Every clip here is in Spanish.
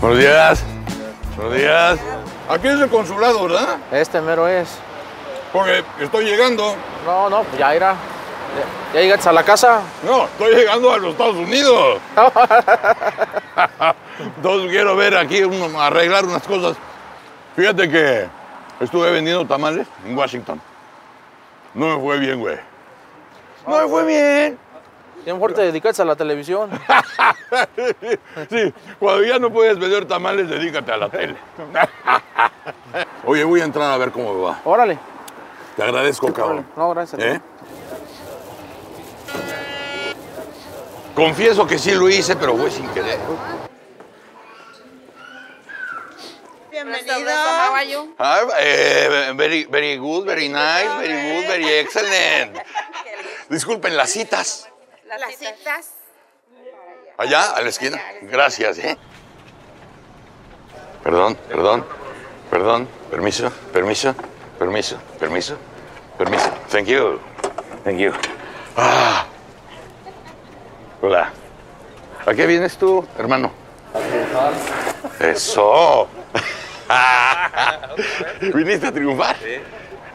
Buenos días. Buenos días. Aquí es el consulado, ¿verdad? Este mero es. Porque estoy llegando. No, no, pues ya irá. ¿Ya, ya llegaste a la casa? No, estoy llegando a los Estados Unidos. Entonces quiero ver aquí, un- arreglar unas cosas. Fíjate que estuve vendiendo tamales en Washington. No me fue bien, güey. No me fue bien. Y a lo mejor te dedicaste a la televisión. Sí, cuando ya no puedes vender tamales, dedícate a la tele. Oye, voy a entrar a ver cómo me va. Órale. Te agradezco, cabrón. No, gracias. ¿Eh? Confieso que sí lo hice, pero fue sin querer. Bienvenido. Ah, eh, very, very good, very nice, very good, eh. very excellent. Disculpen las citas. Las citas. Allá, a la esquina. Gracias, ¿eh? Perdón, perdón, perdón. Permiso, permiso, permiso, permiso, permiso. Thank you. Thank you. Ah. Hola. ¿A qué vienes tú, hermano? Eso. ¿Viniste a triunfar?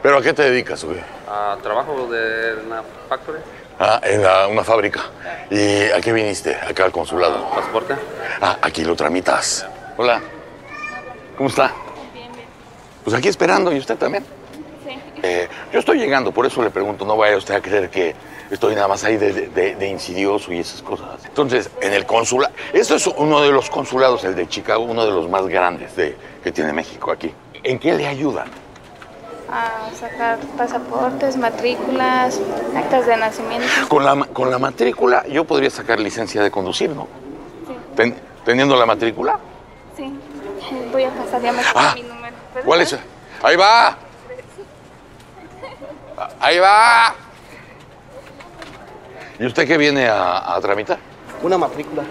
¿Pero a qué te dedicas, güey? Ah, trabajo de una factory, Ah, en la- una fábrica. ¿Y a qué viniste? Acá al consulado. pasaporte. Ah, aquí lo tramitas. Hola. ¿Cómo está? Pues aquí esperando, ¿y usted también? Eh, yo estoy llegando, por eso le pregunto, no vaya usted a creer que estoy nada más ahí de, de- de insidioso y esas cosas. Entonces, en el consulado, esto es uno de los consulados, el de Chicago, uno de los más grandes de, que tiene México aquí. ¿En qué le ayudan? a sacar pasaportes, matrículas, actas de nacimiento. Con la, ma- con la matrícula yo podría sacar licencia de conducir, ¿no? Ten- ¿Teniendo la matrícula? Sí, voy a pasar ya me quedé Ah, mi número. ¿Puedo ¿Cuál es? pasar? Ahí va. A- Ahí va. ¿Y usted qué viene a, a tramitar? Una matrícula.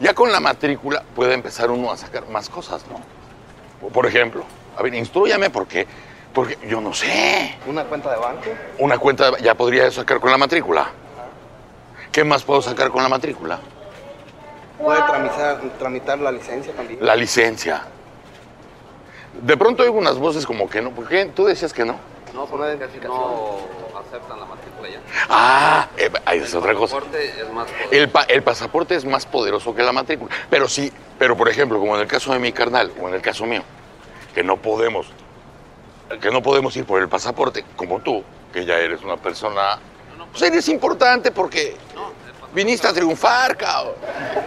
Ya con la matrícula puede empezar uno a sacar más cosas, ¿no? Por ejemplo, a ver, instruyame porque, porque yo no sé. Una cuenta de banco. Una cuenta ya podría sacar con la matrícula. ¿Qué más puedo sacar con la matrícula? Puede tramitar, tramitar la licencia también. La licencia. De pronto oigo unas voces como que no. ¿Por qué? Tú decías que no. No, Una porque casi no aceptan la matrícula ya. Ah, eh, ahí es otra cosa. Pasaporte es más poderoso. El, pa- el pasaporte es más poderoso que la matrícula. Pero sí, pero por ejemplo, como en el caso de mi carnal, o en el caso mío, que no podemos, que no podemos ir por el pasaporte, como tú, que ya eres una persona. Pues eres importante porque viniste a triunfar, cabrón.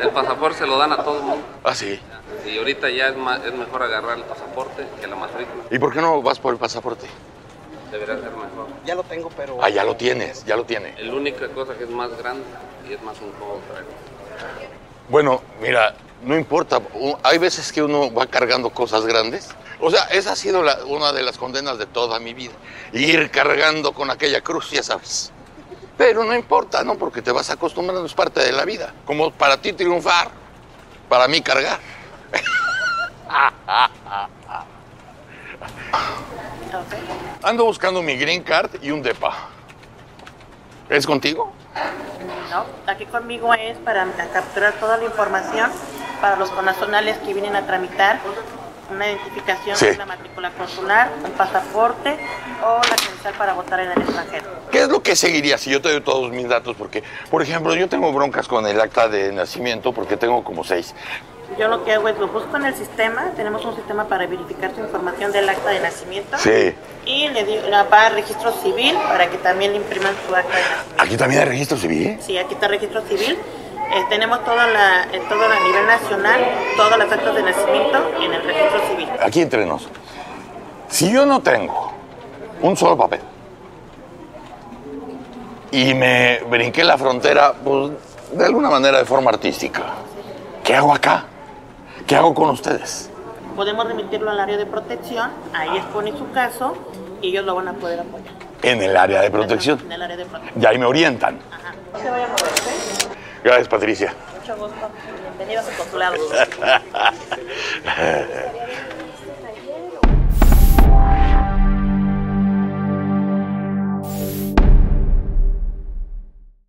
El pasaporte se lo dan a todo el mundo. Ah, sí. Y ahorita ya es, ma- es mejor agarrar el pasaporte que la matrícula. ¿Y por qué no vas por el pasaporte? Debería ser mejor. Ya lo tengo, pero. Ah, ya lo tienes, ya lo tienes. La única cosa que es más grande y es más incómodo traerlo. Bueno, mira, no importa. u- Hay veces que uno va cargando cosas grandes. O sea, esa ha sido la- una de las condenas de toda mi vida. Ir cargando con aquella cruz, ya sabes. Pero no importa, ¿no? Porque te vas acostumbrando, es parte de la vida. Como para ti triunfar, para mí cargar. Ando buscando mi green card y un DEPA. ¿Es contigo? ¿no? Aquí conmigo es para capturar toda la información para los connacionales que vienen a tramitar una identificación Sí. de la matrícula consular, un pasaporte o la credencial para votar en el extranjero. ¿Qué es lo que seguiría si yo te doy todos mis datos? Porque, por ejemplo, yo tengo broncas con el acta de nacimiento porque tengo como seis. Yo lo que hago es lo busco en el sistema, tenemos un sistema para verificar su información del acta de nacimiento Sí. y le di, la va al registro civil para que también le impriman su acta de nacimiento. Aquí también hay registro civil. Sí, aquí está el registro civil. Eh, tenemos toda la, eh, todo a nivel nacional, todas las actas de nacimiento en el registro civil. Aquí entre nos. Si yo no tengo un solo papel y me brinqué la frontera, pues, de alguna manera, de forma artística, ¿qué hago acá? ¿Qué hago con ustedes? Podemos remitirlo al área de protección, ahí expone su caso y ellos lo van a poder apoyar. En el área de protección. En el área de protección. Ah. Y ahí me orientan. Ajá. No se vaya a mover, ¿eh? Gracias, Patricia. Mucho gusto. Bienvenido a su consulado.